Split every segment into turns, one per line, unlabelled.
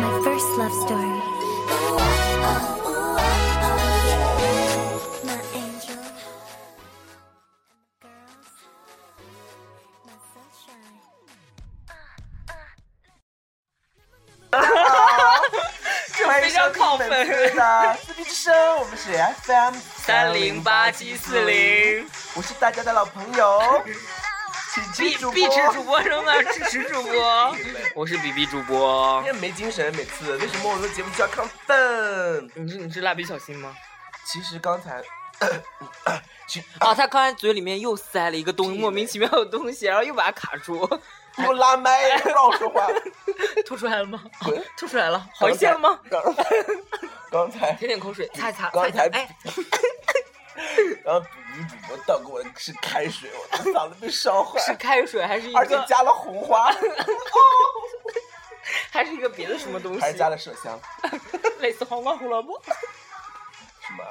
love story. My angel. My girls. My sunshine.
欢迎收听本次的撕逼之声，我们是 FM
三零八七四，零，
我是大家的老朋 友，请
必
支主
必
播
支主播什么？支持主播， 我是比比主播
今。天没精神，每次为什么我录节目就要亢奋？
你是你是蜡笔小新吗？
其实刚才， 其
啊，他刚才嘴里面又塞了一个东莫名其妙的东西，然后又把它卡住，
你给我拉麦，不让我说话，
吐出来了 吗？啊
滚
吐出来了， 好一些了吗？
刚？刚才，
舔舔口水，擦一擦，擦
刚
一擦
才，
哎，
然后比主播倒给我的是开水，我的嗓子被烧坏，
是开水还是一
而且
个
加了红花，
还是一个别的什么东西
还？是加了麝香，
类似黄瓜胡萝卜？
什么？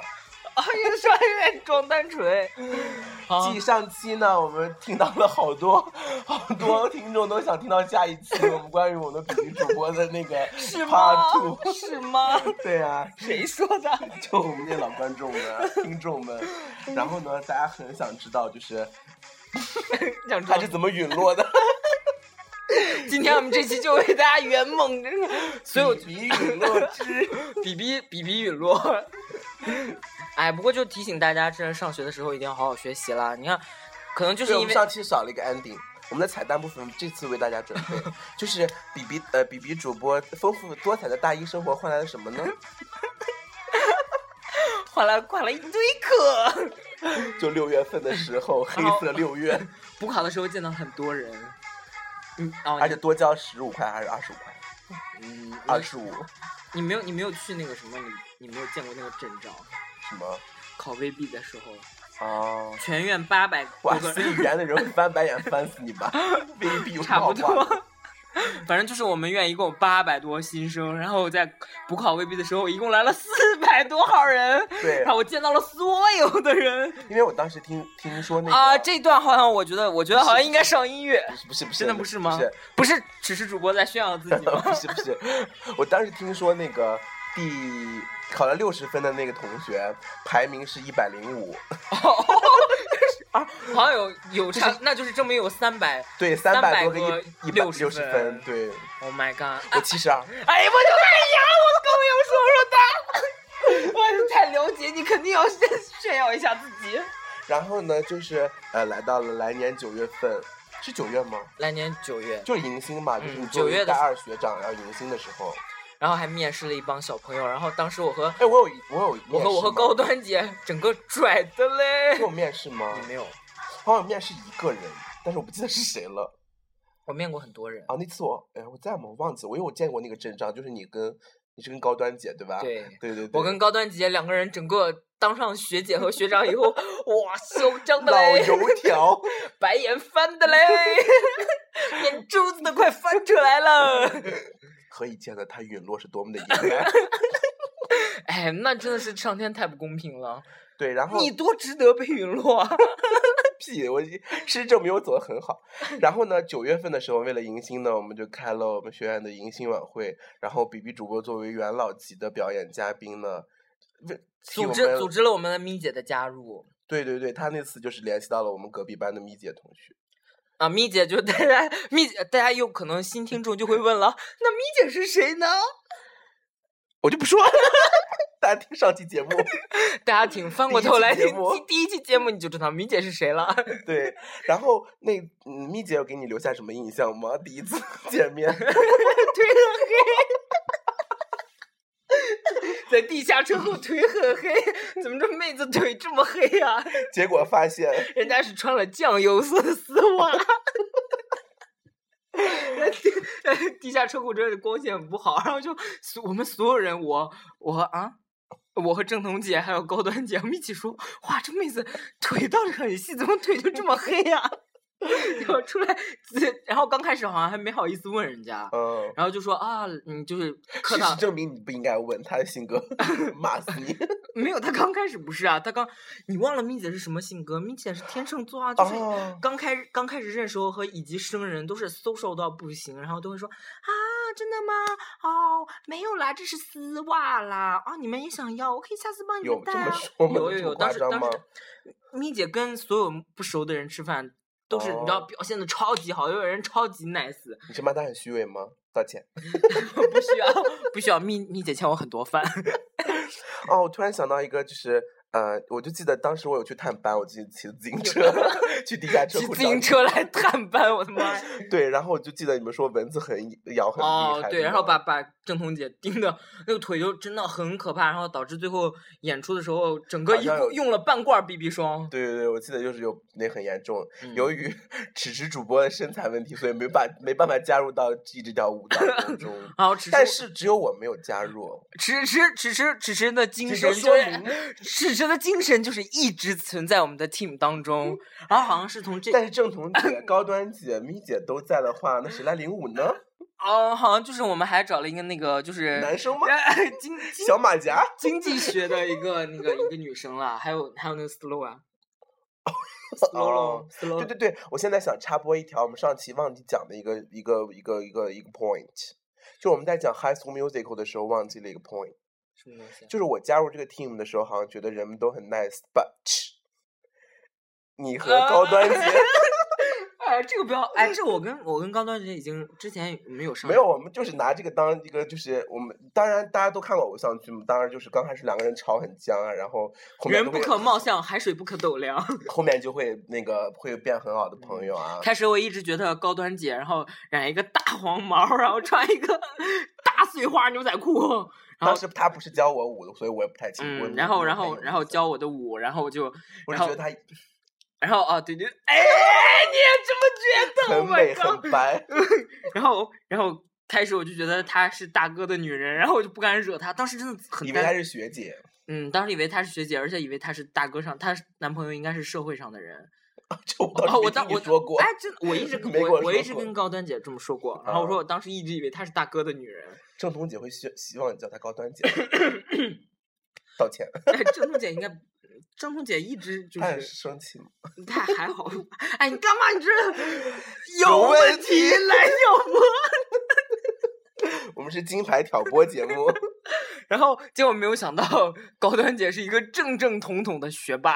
哎呀，说还装单纯。 好
继上期呢，我们听到了好多好多听众都想听到下一期我们关于我们比喻主播的那个
是吗
part two。？
是吗？
对啊，
谁说 的？
就我们那老观众们、听众们，
嗯
然后呢，大家很想知道就是
想
他
装
是怎么陨落的，
今天我们这期就为大家圆梦，真是 所有
比喻陨落 之。
比比比比陨落。 哎，不过就提醒大家，真的上学的时候一定要好好学习啦。你看，可能就是
对，我
因
们
为
上期少了一个 ending。我们的彩蛋部分这次为大家准备，就是比比呃比比主播丰富多彩的大一生活换来了什 么呢？
换来挂了一堆课，
就六月份的时候，黑色六
哦
月。
补考的时候见到很多人。嗯，哦，
而且多交十五块还是二十五块？
你
二十五
你没有你没有去那个什么，你你没有见过那个阵仗。
什么？
考 VB 的时候，
哦，
全院八百
哇
多个
塞！
人，
语言的人会翻白眼翻死你 吧！VB 有什
差不
么好
多
话的？。
反正就是我们院一共有八百多新生，然后我在补考未必的时候，一共来了四百多号人，
对啊
然后我见到了所有的人
因为我当时听听说那个
啊！这段好像我觉得，我觉得好像应该上音乐，
不是不是
真的不是吗
不是？
不是，只是主播在炫耀自己吗
不？是不是，我当时听说那个第考了六十分的那个同学排名是一百零五，
啊，好像有有差，那就是证明有三百。
对，三
300
多个
个
一一百
60
十
分
分，对，
Oh my god！
我七十二。
哎呀，我的妈呀！我都刚要说说他， 我太了解你，肯定要炫炫耀一下自己。
然后呢，就是呃，来到了来年九月份，是九月吗？
来年九月，
就是迎新嘛，就是你
嗯
作为
九月的
大二学长，然后迎新的时候，
然后还面试了一帮小朋友，然后当时我和
哎，我有一我有面试
我和我和
吗
高，端姐整个拽的
我有
嘞。
面试吗
你？没有，
好像有面试一个人，但是我不记得是谁了。
我面过很多人。
啊，那次我哎我在吗？我忘记了，我因为我见过那个阵仗，就是你跟你是跟高端姐对吧？
对
对对对，
我跟高端姐两个人整个当上学姐和学长以 后，哇，嚣张的
老
嘞，
油条，
白眼翻的嘞，眼珠子都快翻出来 了。
何以见得他陨落是多么的阴暗？
哎，那真的是上天太不公平了，
对，然后
你多值得被陨落啊！
屁，我事实证明我走的很好。然后呢，九月份的时候，为了迎新呢，我们就开了我们学院的迎新晚会。然后比比主播作为元老级的表演嘉宾呢，为替
组
我
织
们
组织了我们的咪姐的加入。
对对对，他那次就是联系到了我们隔壁班的咪姐同学。
啊，咪姐就大家咪姐，大家有可能新听众就会问了，那咪姐是谁呢？
我就不说了， 大家听上期节目。
大家请翻过
第一
头
期
来
节
听
目
第第一期节目，你就知道咪姐是谁 了。
对，然后那嗯咪姐有给你留下什么印象吗？第一次 见面，
腿很黑，在地下车后腿很黑，怎么这妹子腿这么黑啊？
结果发现
人家是穿了酱油色的丝袜。 地地下车库真的光线不好，然后就所我们所有人，我我啊，我和郑彤姐还有高端姐，我们一起说，哇，这妹子腿到底很细，怎么腿就这么黑呀、 然后出来，然后刚开始好像还没好意思问人家，
嗯。
然后就说啊，嗯，就是课
事实
堂
证明你不应该问他的性格， 骂死 你！
没有，他刚开始不是啊，他刚你忘了咪姐是什么性格？咪姐是天秤座啊，就是
哦
刚开刚开始认识我和以及生人都是 social 到不行，然后都会说啊，真的吗？哦，没有啦，这是丝袜啦。啊，你们也想要，我可以下次帮你
有
们带
这么
啊。
说吗？
有有
这么
有，
夸
当时
张
当
吗？
时，咪姐跟所有不熟的人吃饭，都是、你知道
哦
表现的超级好，有人超级 nice，
你是骂他很虚伪吗？道歉。
不需要不需要，咪咪姐欠我很多 饭。
哦，我突然想到一个，就是呃，我就记得当时我有去探班，我自己骑自行车 去地下车
骑
库
自
找
行
你。
车来探班，我的妈呀！
对，然后我就记得你们说蚊子很咬很厉
哦
害，，
对，然后把。把郑彤姐叮的那个腿就真的很可怕，然后导致最后演出的时候，整个
好
一
像有
共用了半罐 BB 霜。
对对对，我记得就是有那很严重，
嗯
由于 此时主播的身材问题，所以没把没办法加入到这这条舞蹈当中。
然后哦迟迟
但是只有我没有加入，
迟迟迟迟迟迟的精
这
神
就
就
说
是
明，
迟迟的精神就是一直存在我们的 team 当中，然后好像是从这
嗯但是郑彤 姐、高端姐、咪姐都在的话，那谁来领舞呢？
哦，好像就是我们还找了一个那个就是哎
男生吗？
经经
小马甲？
经济学的一个那个一个女生啦，还有还有那个 slow 啊，slow
哦
slow，
对对对，我现在想插播一条我们上期忘记讲的一个一个一个一个一个 point，就我们在讲 High School Musical 的时候忘记了一个 point，
什么东西啊？
就是我加入这个 team 的时候，好像觉得人们都很 nice，but 你和
啊
高端姐
哎，这个不要，哎，这我跟我跟高端姐已经之前没有上
没有，我们就是拿这个当一个就是我们当然大家都看过偶像剧嘛，当然就是刚开始两个人吵很僵啊，然后后
人
面就
不
会啊
可貌相，海水不可斗量。
后面就会那个会变很好的朋友啊，
开始我一直觉得高端姐，然后染一个大黄毛，然后穿一个 大碎花牛仔 裤，然后
当时他不是教我舞的，所以我也不太清楚。
嗯，然后然后然后
教，
教我的舞，然后我就，
我
然
就觉
后
得他
然后啊，对对，哎，你也这么觉得
很
？Oh
美
my
很
god！
白。
然后然后开始我就觉得她是大哥的女人，然后我就不敢惹她，当时真的很
以为
担
她是学姐，
嗯，当时以为她是学姐，而且以为她是大哥上，她是男朋友应该是社会上的人。
就我
哦，我当
当时没
我
听你说过
哎，，真的我一 直跟
没跟
我
我
我
说
一直
过
跟高端姐这么说过，然后我说
啊
我当时一直以为她是大哥的女人，
郑彤姐会希希望你叫她高端姐。 道歉，
哎，郑彤姐应该，郑彤姐一直就
她很
是
生气 吗？
她还好， 哎，你干嘛？你这
有问
问题
题
来挑拨，
我们是金牌挑拨 节目，
然后结果没有想到高端姐是一个正正统统的学霸，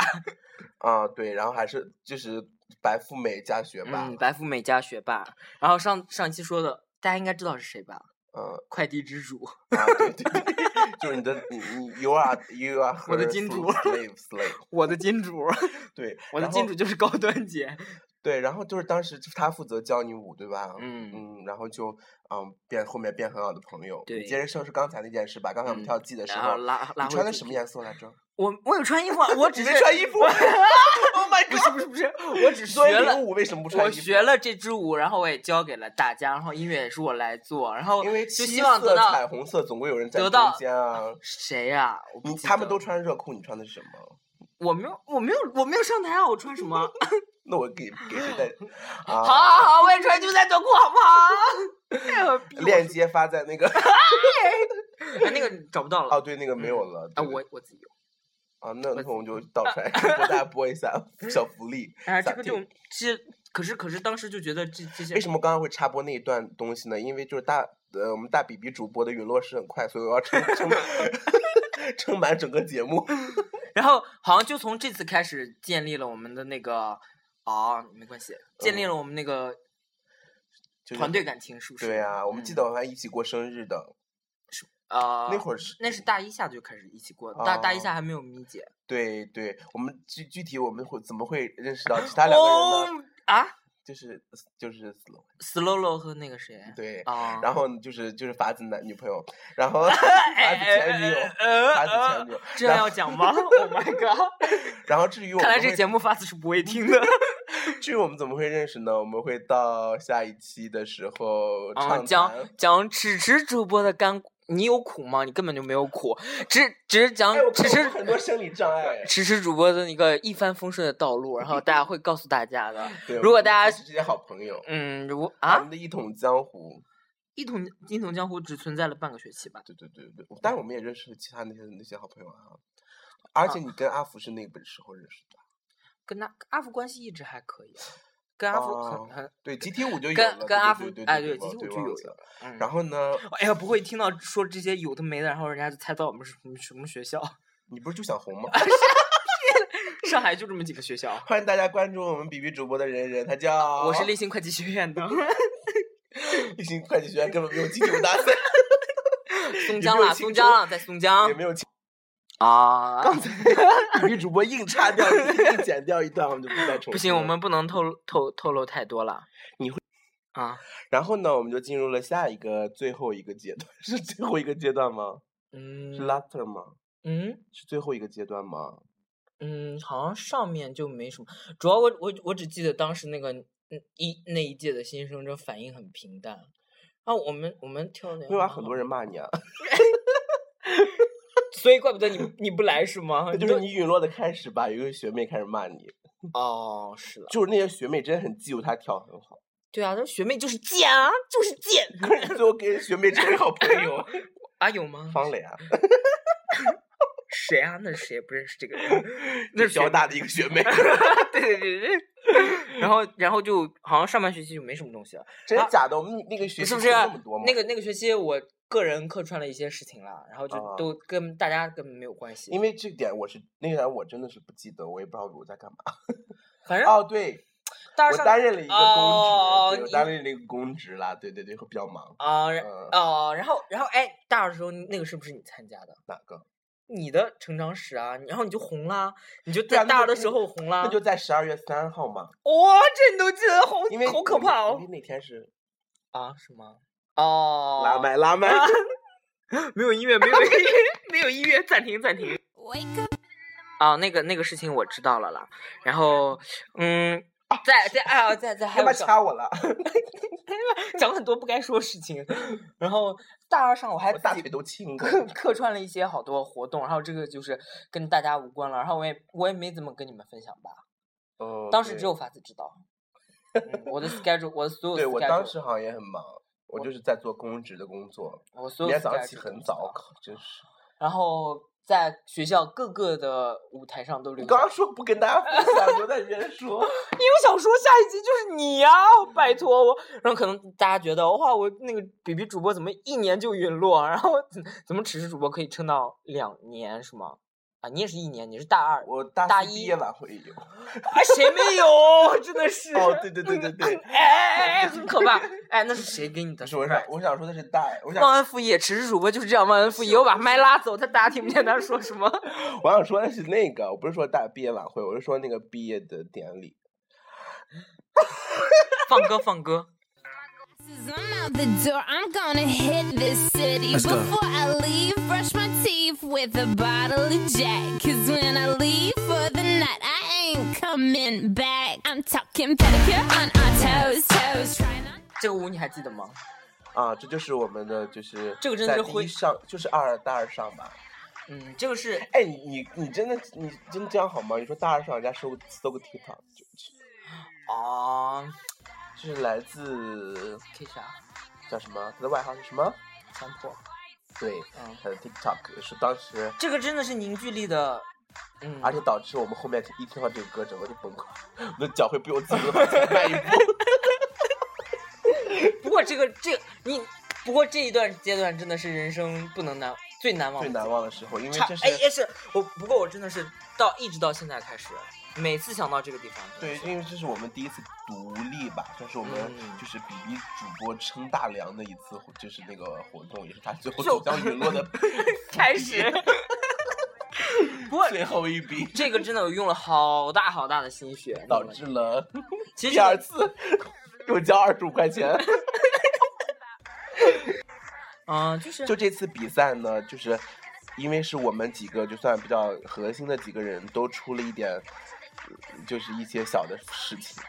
啊，对，然后还是就是白富美加学霸，
嗯，白富美加学霸，然后上上一期说的大家应该知道是谁吧？
嗯，
快递之主，
啊，对对对，就是你的你你 you are you are
我的
her
金主
slave slave，
我的金主，
对，
我的
然
金
后
主就是高端姐，
对，然后就是当时就是他负责教你舞，对吧？
嗯。
嗯，然后就嗯变后面变很好的朋友。
对
你接着说是刚才那件事吧，刚才我们
嗯
跳 G 的时
然后
候，
拉拉
你
回
穿的
主
什么
题
颜色来着？
我我有穿衣服，啊，我只
你
是
没 穿衣服？Oh my
不是不是不是，我只
作为
学了
领，舞为什么不穿
我
衣服？
学了这支舞，然后我也教给了大家，然后音乐也是我来做，然后
因为
就
七
希望
色
得
彩
到
虹色总会有人在
得
中
到
间啊。
谁呀、我不
你
记
他们
得
都
了
穿热裤，你穿的是什么？
我没有我没有我没有上台啊，我穿什 么？
那我给给谁 带？
好
啊，
好好，我也穿牛仔短裤好不好？哎呦，逼我
链接发在那个
哎那个找不到了
哦，对，那个没有了。
啊，
对
我我自己有
啊，那
我
那我们就倒出来 给大家播一下小福利。
哎，这
咋
个
地
就这可是可是当时就觉得这这些
为什么刚刚会插播那一段东西呢？因为就是大呃，我们大比比主播的陨落是很快，所以我要撑 撑撑满整个节目。
然后好像就从这次开始建立了我们的那个啊，没关系，建立
嗯
了我们那个
就是
团队感情，是不是？
对啊，我们记
嗯
得我们还一起过生日的，
呃，
那会儿是
那是大一下就开始一起过的，大大一
哦
下还没有米姐。
对对，我们具具体我们会怎么会认识到其他两个人呢？
哦啊
就是就是
，Slolo 和那个谁
对，
啊，哎
然
后
后就是就是法子男女朋友，然 后法子前女友，
哎
法子前女友，
呃这
然
要
后
讲 吗？Oh my god！
然后至于我
看
们
来这
会
节目发子是不会听的。
至于我们怎么会认识呢？我们会到下一期的时候
啊，
畅
讲
谈。
讲迟迟主播的甘苦，你有苦吗？你根本就没有苦，只只是讲
哎，我
迟迟
看我有很多生理障 碍。
迟迟主播的一个一帆风顺的道路，然后大家会告诉大家的。
对，
如果大家
是这些好朋友
嗯，如果
我
啊
们，的一统江湖，
一统一统江湖只存在了半个学期吧。
对对对对，但是我们也认识其他那些那些好朋友啊。
啊
而且你跟阿福是那个时候认识的，
跟他阿福关系一直还可以啊，跟阿福
哦
很很
对，集体舞就有
跟
了
跟阿
对
福
对对对
哎
对，
集体舞
对
就
忘
有
记了
的。嗯
然后 呢，
哎呀，不会听到说这些有的没的，然后人家就猜到我们是什么什么学校。
你不是就想红吗？
上海就这么几个学校，
欢迎大家关注我们 B B 主播的人人，他叫
我是 立信会计学院的，
立新会计学院，根本没有集体舞大赛，
松
没
江
有
啦，
听
松
说
江啦，在松江
也没有集
啊。
B 主播硬插掉， 硬剪掉一段，我们就不再重复。
不行，我。们不能透露透透露太多了。
你会
啊？
然后呢，我们就进入了下一个最后一个阶段，是最后一个阶段吗？
嗯，
是 laughter 吗？
嗯
是最后一个阶段吗？
嗯，好像上面就没什么。主要我我我只记得当时那个嗯一那一届的新生真反应很平淡。啊，我们我们跳的
会把很多，人骂你啊，
所以怪不得你你不来是 吗？
那就
都
是你陨落的开始吧。有一个学妹开始骂你，
哦，是了。
就是那些学妹真的很嫉妒她跳很好，
对啊，那学妹就是贱啊，就是 贱
可是你最后跟学妹成为好朋 友。
啊！有吗？
方磊啊，
谁啊？那是谁？不认识这个人。那
就是交
学
大的一个学 妹，
对对对 对。然后，然后就好像上半学期就没什么东西了，
真的
啊
假的？我们那个学
是
期
不
出
是啊
那么多吗？？
那个那个学期我个人客串了一些事情啦，然后就
啊
都跟大家根本没有关系。
因为这点我是那个我真的是不记得，我也不知道我在干嘛。
啊反正
哦，对，
大
我
家
担任了一个公
哦
职，对我
你
担任了一个公职啦，对对对，会比较忙。
啊然
嗯，
哦，然后然后哎，大二的时候那个是不是你参加的？
哪个？
你的成长史啊，然后你就红啦，你就
对啊
在
那
大
就
二的
那
时候红啦。
那就在十二月三号嘛，
哦，这你都记得，
因为
好好可怕
我
哦
们。因为那天是
啊，是吗？哦，
拉 麦拉麦，
没有音乐，没有音 乐，没有音乐，暂停，暂停。
Wake up，
啊，那个那个事情我知道了啦。然后，嗯，
哦
在在啊，在在还
干
有
嘛
讲
掐我了？
讲很多不该说的事情。然后大二上我还
我大
自己
腿都青了。
客 客串了一些好多活动，然后这个就是跟大家无关了。然后我也我也没怎么跟你们分享吧，
嗯
当时只
对
有法子知道。嗯我的 schedule，我的所有 schedule，
对我当时好像也很忙，我就是在做公职的工作，
我所
明
有 schedule
天早上起
都
很
知
早，我
道
靠，真是。
然后在学校各个的舞台上都留
你
下
刚刚说不跟大家分享，就在这边
因为
说，
我想说下一集就是你呀、 拜托我。然后可能大家觉得哇，我那个 B B 主播怎么一年就陨落？啊 然后怎怎么只是主播可以撑到两年是吗？啊，你也是一年，你是大二，
我大
大
四毕
一
业晚会有。
啊，谁没有？ 真的是。
哦，对对对对 对，
哎哎哎，很可 怕！哎，那是谁给你的
不是我想我想说的是大，我想
忘恩负义，只是主播就是这样忘恩负义。我把麦拉走，他大家听不见他说什 么。
我想说的是那个，我不是说大毕业晚会，我是说那个毕业的典礼。
放歌，放歌。
I'm out the door. I'm gonna hit this city.
Let's go.
Before I leave, brush my teeth with a bottle of Jack. Cause when I leave for the night, I ain't coming back. I'm talking pedicure on our toes, toes. Try not
这个舞你还记得吗？
啊，这就是我们的，就是
这个真
在
是
第
会
一上就是二大二上吧。
嗯，这个是
哎，你你你真的你真这样好吗？你说大二上人家收搜个 tip，啊就
啊
就是来自
，K 啥？
叫什么？他的外号是什么？
强迫。
对，
嗯，
他的 TikTok 是当时，
这个真的是凝聚力的，嗯，
而且导致我们后面一听到这个歌，整个就崩溃，我的脚会不由自主的往前迈一步。
不过这个这个你，不过这一段阶段真的是人生不能难最难忘
最
的
难
阶
忘的时候，因为
段。
这
差哎
是
也是我，不过我真的是到一直到现在开始，每次想到这个地方，
对，因为这是我们第一次独立吧，算是我们
嗯
就是比比主播撑大梁的一次活，就是那个活动，也是他最后
就
走向陨落的
开始。 不过
最后一笔，
这个真的我用了好大好大的心血，
导致了。
其实
第二次又交二十五块钱。
啊、就是
就这次比赛呢，就是因为是我们几个就算比较核心的几个人都出了一点，呃就是一些小的事情。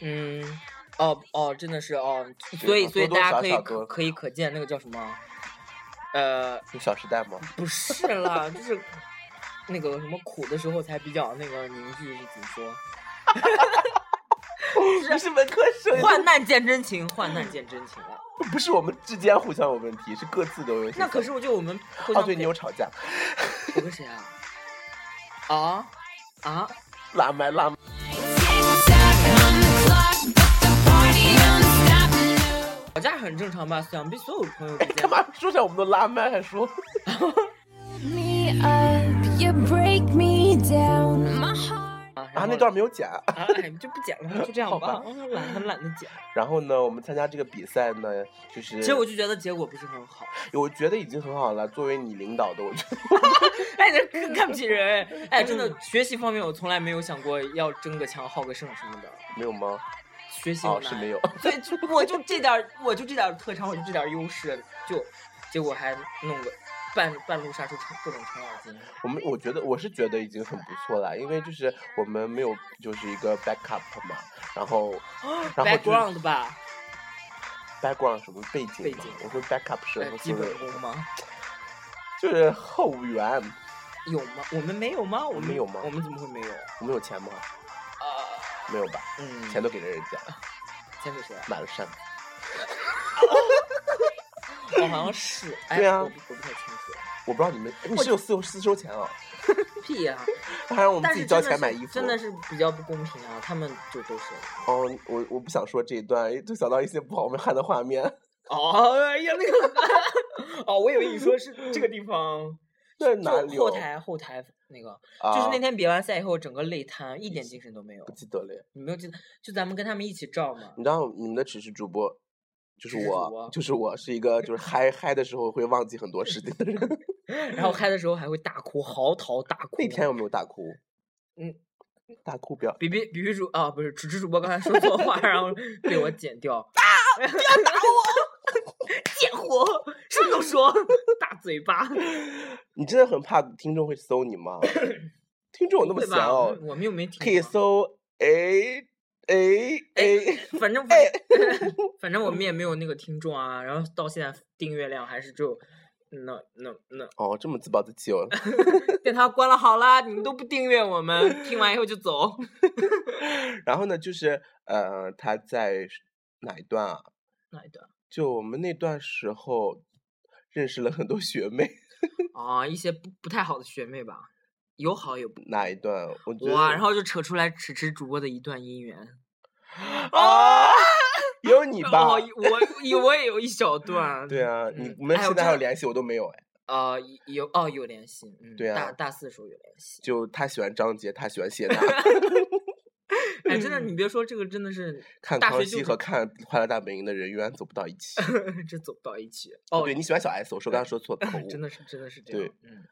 嗯。哦哦，真的是哦，所以所以
多多
大家可以
少少
可
都
可以可见那个叫什么，呃，
有《小时代》 吗？
不是啦，就是那个什么苦的时候才比较那个凝聚，是怎么说？
你是文科生，
患难见真情，患难见真情了。
不是我们之间互相有问题，是各自都有一些小。
那可是我觉得我们互
哦，
相
对
配
你有吵架，
我跟谁啊？啊啊！啊
拉麦拉麦。
tick tock on the clock.
很正常吧？想必所有朋友之间
干，嘛说起来我们都拉麦还说？
me up, you break me down. My heart
啊，
啊
那段没有剪。
啊，哎，就不讲了，就这样
好
吧
吧，
我懒，很懒得讲。
然后呢，我们参加这个比赛呢，就是
其实我就觉得结果不是很好，
我觉得已经很好了。作为你领导的，我觉得
哎，这更看不起人，哎，真的，学习方面我从来没有想过要争个强、好个胜什么的，
没有吗？
学习
哦，
很
是
难
没有。
所以就我就这点儿，我就这点儿特长，我就这点儿优势，就结果还弄个半半路杀出程各种程咬金。
我们我觉得我是觉得已经很不错了，因为就是我们没有就是一个 backup 嘛，然后然后就是
哦 background 吧，
background 什么背景嘛，
背景
我说 backup 是
呃
什么
基
思维
本功吗？
就是后援，
有吗？我们没有吗？我
们有吗啊
我们怎么会没有？
我们有钱吗？
呃，
没有吧，
嗯，
钱都给了人家，
钱给谁啊？
买了扇子。
我好像 是，哎，
对啊
我不我不太清楚。
我不知道你们，哎你是有私有私收钱啊？
屁呀、
当然我们
但
自
是
己交
真的
钱
是
买衣服。
真的是比较不公平啊！他们就都是。
哦，我我不想说这一段，就想到一些不好我们看的画面。
哦，哎呀，那个， 哦，我以为你说是这个地方，
在
就
哪里哦有？
后台后台那个，
啊、
就是那天比完赛以后，整个累瘫，一点精神都没有
不。记得了耶。
你没有记得？就咱们跟他们一起照嘛。
你知道你们的只是主播，就是
只是主
我
播，
就是我是一个就是嗨嗨的时候会忘记很多事情的人。
然后嗨的时候还会大哭，嚎啕大哭。
那天有没有大哭？
嗯，
大哭表。
比比比比主啊，不是主持主播刚才说错话，然后被我剪掉。啊！不要打我！ 贱货，什么都说，大嘴巴。
你真的很怕听众会搜你吗？听众有那么
会
闲
吧？我
哦
们，我们又没听。
可以。搜哎哎哎，
反正反正我们也没有那个听众啊，然后到现在订阅量还是只有那那那。
哦，这么自暴自弃哦。
电台关了好啦，你们都不订阅我们，听完以后就走。
然后呢，就是呃，他在哪一段啊？
哪一段？
就我们那段时候认识了很多学妹，
啊、一些不不太好的学妹吧，有好有不
哪一段？我觉得
哇，然后 就扯出来迟迟主播的一段姻缘。
啊，有你
哦
吧？
我有我也有一小段。
对啊，你
嗯
你们
哎
现
我
在
真
还有
的
联系，我都没有哎。
啊、有哦有联系，嗯，
对啊
大大四的时候有联 系。
就他喜欢张杰，他喜欢谢娜，
哎，真的，你别说这个，真的是
看
大
康
学就
熙和看《快乐大本营》的人永远走不到 一起。
这走不到一起。
哦，
哦，哎
对你喜欢小 S，我说刚才说错，口误。
真的是真的是这样。嗯。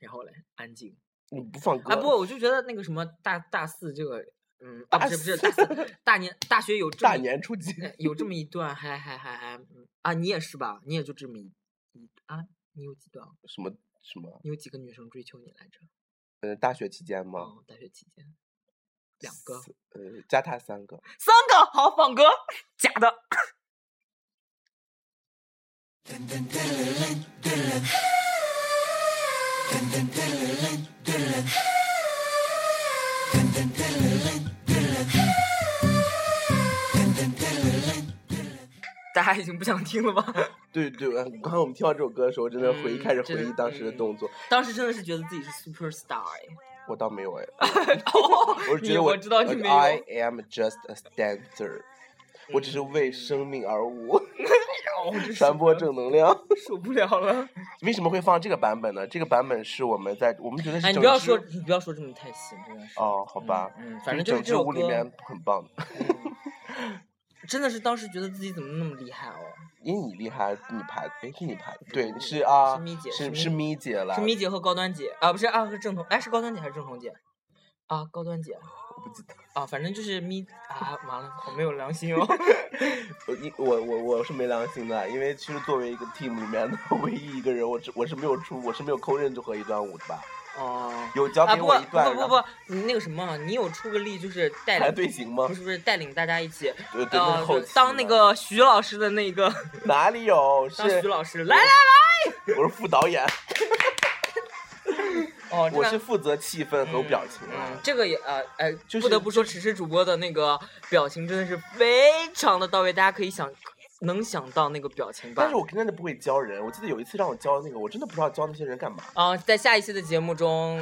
然后嘞，安静
你不放歌
啊！不过我就觉得那个什么大大四这个，嗯，啊不是不是大四大年大学有这么
大
一
年初 几？
哎有这么一段，还还还还嗯啊，你也是吧？你也就这么一一啊，你有几段？
什么什么？
你有几个女生追求你来着？
嗯，大学期间吗？
哦，大学期间，两个、
四呃，
嗯
加他三个。
三个，好，放歌，假的。 大家已经不想听了吧？
对对，呃刚才我们听到这首歌的时候，真的回忆开
嗯
始
真
回忆
的
当时的
嗯
动作，
当时真的是觉得自己是 super star 哎。
我倒没有哎。
哦
我
你
觉得
我知道你
呃
没有。
I am just a dancer，我只是为生命而舞，
哦真是
传播
的
正能量。
受不了了。
为什么会放这个版本呢？这个版本是我们在我们觉得是
哎，你
整
不要
支
说，你不要说这么太细，真的是。
哦，好吧，
嗯，嗯反正
就
就是
整
这
支
首
舞
歌嗯
里，面很棒的，
真的是当时觉得自己怎么那么厉害哦。
因为你厉害，你排，哎，是你排的，对，
嗯
是啊，
是咪姐
是
是
是咪姐了，
是咪姐和高端姐啊，不是啊，是郑彤，哎，是高端姐还是郑彤姐？啊，高端姐
我不记得，
啊，反正就是咪啊，完了，好没有良心 哦。
我因我我我是没良心的，因为其实作为一个 team 里面的唯一一个人，我是我是没有出，我是没有抠认就和一段舞的吧，
哦。
有交
啊，
给
不
我
过
一
不
段，
不不不，你那个什么，你有出个力，就是带
排
领
队形吗
不？是不是带领大家一起，
对对，那是
呃
后，期
当那
的
个徐老师的那 个，
哪里有？是
当徐老师来来来，
我是副导演，
哦，真
我
的
是负责气氛和表情
嗯
啊，。
这个也呃呃，
就
不
是
得不说，迟迟主播的那个表情真的是非常的到位，大家可以想能想到那个表情吧
但是。我真的不会教人，我记得有一次让我教那个，我真的不知道教那些人干嘛。
啊、在下一期的节目中，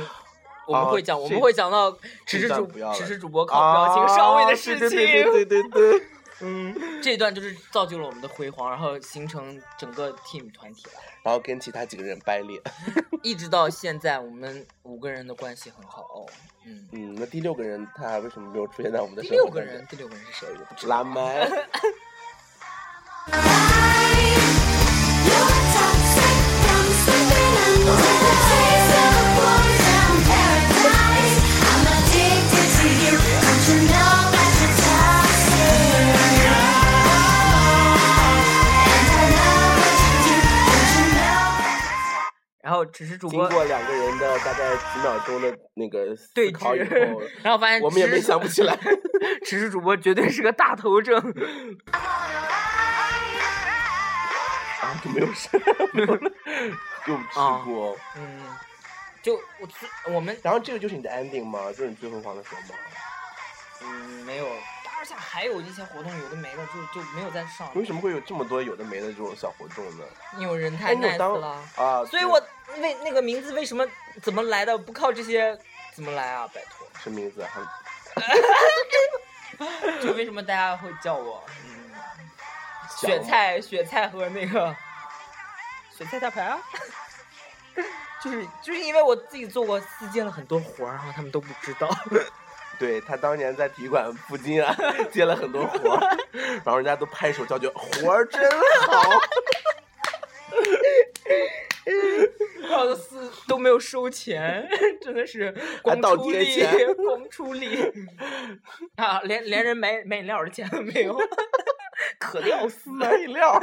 我
啊
们会讲，我
这
们会讲到迟
这
迟
段
主
不要了啊
迟迟主播靠表情上位的事情。
啊对对对对对对，
嗯，这一段就是造就了我们的辉煌，然后形成整个 team 团体，
然后跟其他几个人掰脸。
一直到现在，我们五个人的关系很好哦。嗯，
嗯，那第六个人他为什么没有出现在我们的
第
生活
六
中
个
间？
人，第六个人是谁？我不知道。
拉麦，
然后只是主
经
播
过两个人的大概几秒钟的那个思
对
考以
峙，
后，
然后发现
我们也
只
没
是
想不起来。
只是主播绝对是个大头症，
啊，就没有事，没有了， 给我们吃
啊
过。
嗯，就我最我们
然后这个就是你的 ending 吗？就是你最辉煌的时候吗？
嗯没有，而且还有一些活动有的没的就就没有再上了，
为什么会有这么多有的没的这种小活动呢？
因为人太
哎，你有
nice
当
了，
啊，
所以
对
我为那个名字为什么怎么来的？不靠这些怎么来啊？拜托，
什么名字啊？
就为什么大家会叫我嗯
小
雪菜雪菜和那个雪菜大牌啊？ 就是就是因为我自己做过自建了很多活儿，然后他们都不知道。
对他当年在体育馆附近啊， 接了很多活儿，然后人家都拍手叫绝，活儿真好。
然后是都没有收钱，真的是光
倒
出
贴
力
钱，
光出力 啊，连连人买买饮料的钱都没 有，渴的要死。
买饮料，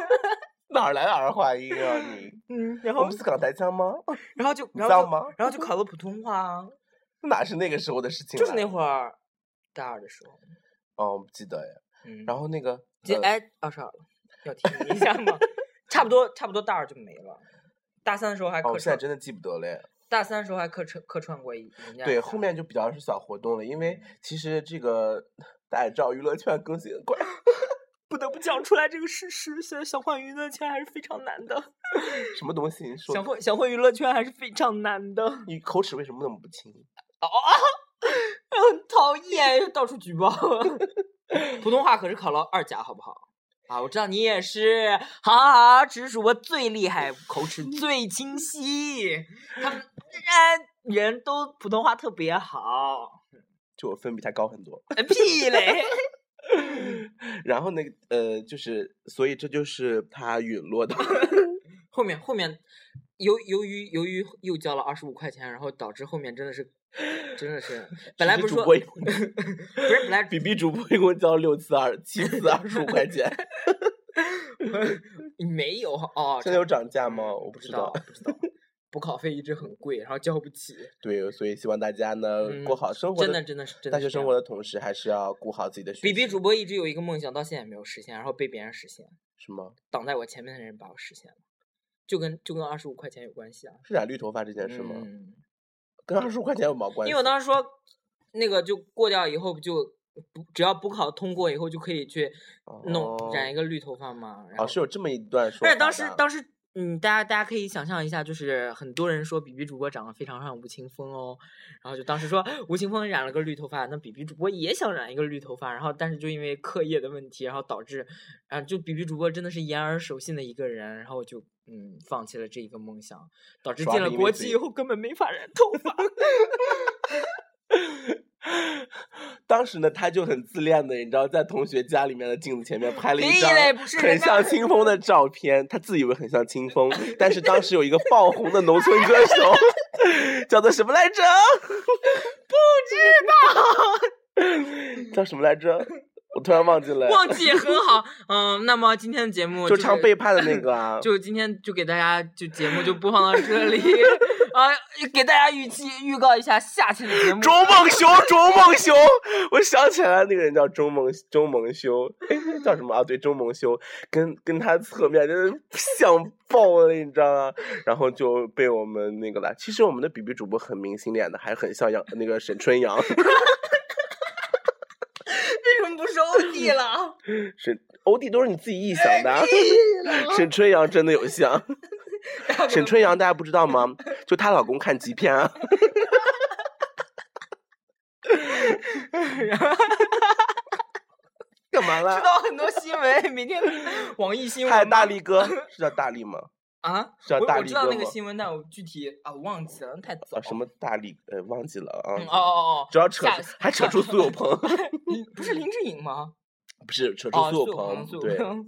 哪儿来的儿化音啊 你？
嗯，然
我
后
们是港台腔吗？
然后就
你
然
知道
后
吗
就？然后就考了普通话啊，
哪是那个时候的事情啊？
就是那会儿大二的时候。
哦，我不记得哎。
嗯，
然后那个，
今
呃
哎二十二了，要提醒一下吗？ 差不多差不多大二就没了，大三的时候还
哦，我
客
现在
串，
真的记不得了哎。
大三的时候还客串客串过一人家一
对，
下
后面就比较是小活动了，因为其实这个 大家也知道娱乐圈更新得快，
不得不讲出来这个事实，现在想换娱乐圈还是非常难的。
什么东西你说
想混想混娱乐圈还是非常难的，
你口齿为什么那么不清？
很讨厌，到处举报。 普通话可是考了二甲，好不好？啊，我知道你也是，好好好，只是主播最厉害，口 齿最清晰。他们哎人都普通话特别好，
就我分比他高很多。
哎屁嘞！
然后那个呃，就是所以这就是他陨 落的，
后面后面，由由于由于又交了二十五块钱，然后导致后面真的是真的 是，本来
其
不
实
是
主
说
播
不
一共
是本来
比比主播一共交六次二七 次二十五块钱，
没有哦，
现在有涨价吗？
嗯
我不
知道，不知道。 补考费一直很贵，然后交不起，
对，所以希望大家呢
嗯
过好生活
真
的，
的真的是真的。
大学生活。的同时，还是要顾好自己的学
比比
习，
主播一直有一个梦想，到现在也没有实现，然后被别人实现，
是吗？
挡在我前面的人把我实现了，就跟就跟二十五块钱有关系啊。
是染绿头发这件事吗？
嗯，
跟二十五块钱有毛关系？
因为我当时说，那个就过掉以后不就不只要补考通过以后就可以去弄、
哦
染一个绿头发嘛。然后
哦，是有这么一段说法
而
的啊。
且当时当时，嗯，大家大家可以想象一下，就是很多人说比比主播长得非常像吴青峰哦，然后就当时说吴青峰染了个绿头发，那比比主播也想染一个绿头发，然后但是就因为课业的问题，然后导致，啊，就比比主播真的是言而守信的一个人，然后就嗯放弃了这一个梦想，导致
主要
进
是
了
因为
国
自
际
己
以后根本没法染头发，
当时呢，他就很自恋的，你知道，在同学家里面的镜子前面拍了一
屁
张
嘞不是
很
人家
像清风的照片，他自以为很像清风，但是当时有一个爆红的农村歌手， 叫做什么来着？不知道， 叫什么来着？我突然忘记 了，
忘记也很好。嗯，那么今天的节目
就
就
唱
是
背叛的那个啊。
就今天就给大家就节目就播放到这里 啊，给大家预期预告一下下期的节目。
周梦熊，周梦熊，我想起来那个人叫周梦周梦修，哎，那叫什么啊？对，周梦修，跟跟他侧面真是像爆了，你知道吗？然后就被我们那个了。其实我们的比比主播很明星脸的，还很像杨那个沈春阳。
为什么不是欧弟了？
沈欧弟都是你自己臆想
哎
的啊，沈春阳真的有像。沈春阳大家不知道 吗？就她老公看极片啊。干嘛
知
啦？
道很多新闻，每天网易新闻
还有
嘛
大力哥是叫大力吗？
啊，
是叫
我
大
我
力
知道
哥
那个
吗
新闻，但我具体啊我忘记了，太早
啊，什么大力？呃，忘记了啊。
嗯哦哦哦，
主要扯
下
出还扯出苏有朋，
你不是林志颖吗？
不是扯出
哦，
苏有
朋，
朋，
苏有
对，
朋，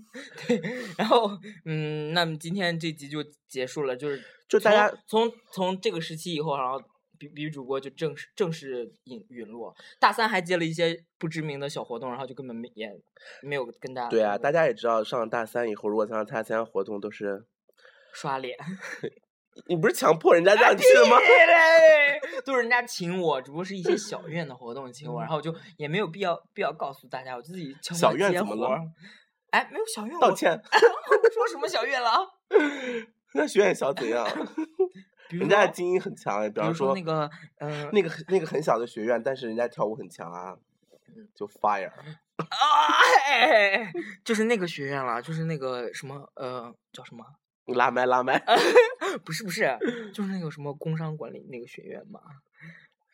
对。然后，嗯，那么今天这集就结束了，就是
就大家
从从从这个时期以后，然后比比主播就正式正式陨陨落。大三还接了一些不知名的小活动，然后就根本没也没有跟大家
对啊，大家也知道，上了大三以后，如果参加参加活动，都是
刷脸，
你不是强迫
哎
人家让你去的吗？
都是人家请我，只不过是一些小院的活动请我，然后就也没有必要必要告诉大家，我就自己悄悄
嗯小院
接
怎么
活
了
儿？哎，没有小院，
道
我
歉，
说什么小院了啊？
那学院小怎样？
比如
人家
说
的精英很强哎，比
比如
方
说
说
那个，嗯、
那个很那个很小的学院，但是人家跳舞很强啊，
嗯
就 fire
啊，哎哎哎就是那个学院啦，就是那个什么，呃，叫什么？
拉麦拉麦，
啊不是不是，就是那个什么工商管理那个学院嘛。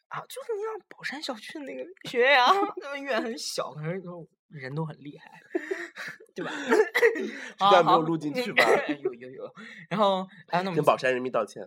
啊，就是你像宝山校区的 那个学院啊，那个院很小，可是都人都很厉害，对吧？好
段没有
好
录进去
嗯
吧
有有有。然后，哎，那我
跟
们
宝山人民道 歉。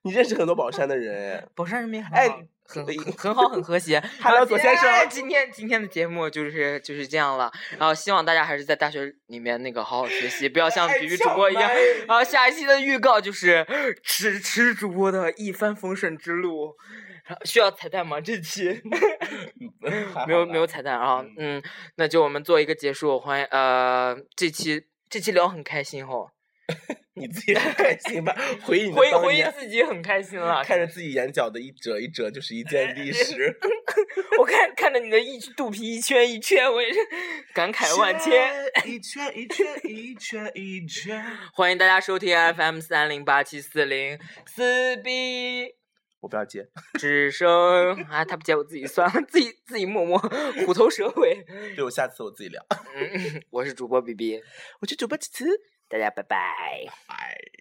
你认识很多宝山的人哎，
宝山人民很
哎
好很很很好，很和 谐。
Hello，
好
左
今天
先生
今天今天的节目就是就是这样了，然后希望大家还是在大学里面那个好好学习，不要 像
哎
比比主播一样
抢麦。
然后下一期的预告就是吃吃主播的一帆风顺之路，然后需要彩蛋吗？这 期
还
没有
好吧
没有彩蛋啊，嗯，那就我们做一个结束，欢迎呃这期这期聊很开心哦，
你自己很开心 吧？回忆你的
回
当
回忆
年
自己很开心了，
看着自己眼角的一折一折，就是 一件历史。
我看看着你的一肚皮一圈一圈，我也是 感慨万千。，
一圈一圈一圈一圈。
欢迎大家收听 FM 三零八七四零撕逼
我不要接，
只剩 啊，他不接我自己算了，自己自己默默 虎头蛇尾。
对我下次我自己聊。
嗯，我是主播 B B，
我去主播几次。
大家拜拜。
哎。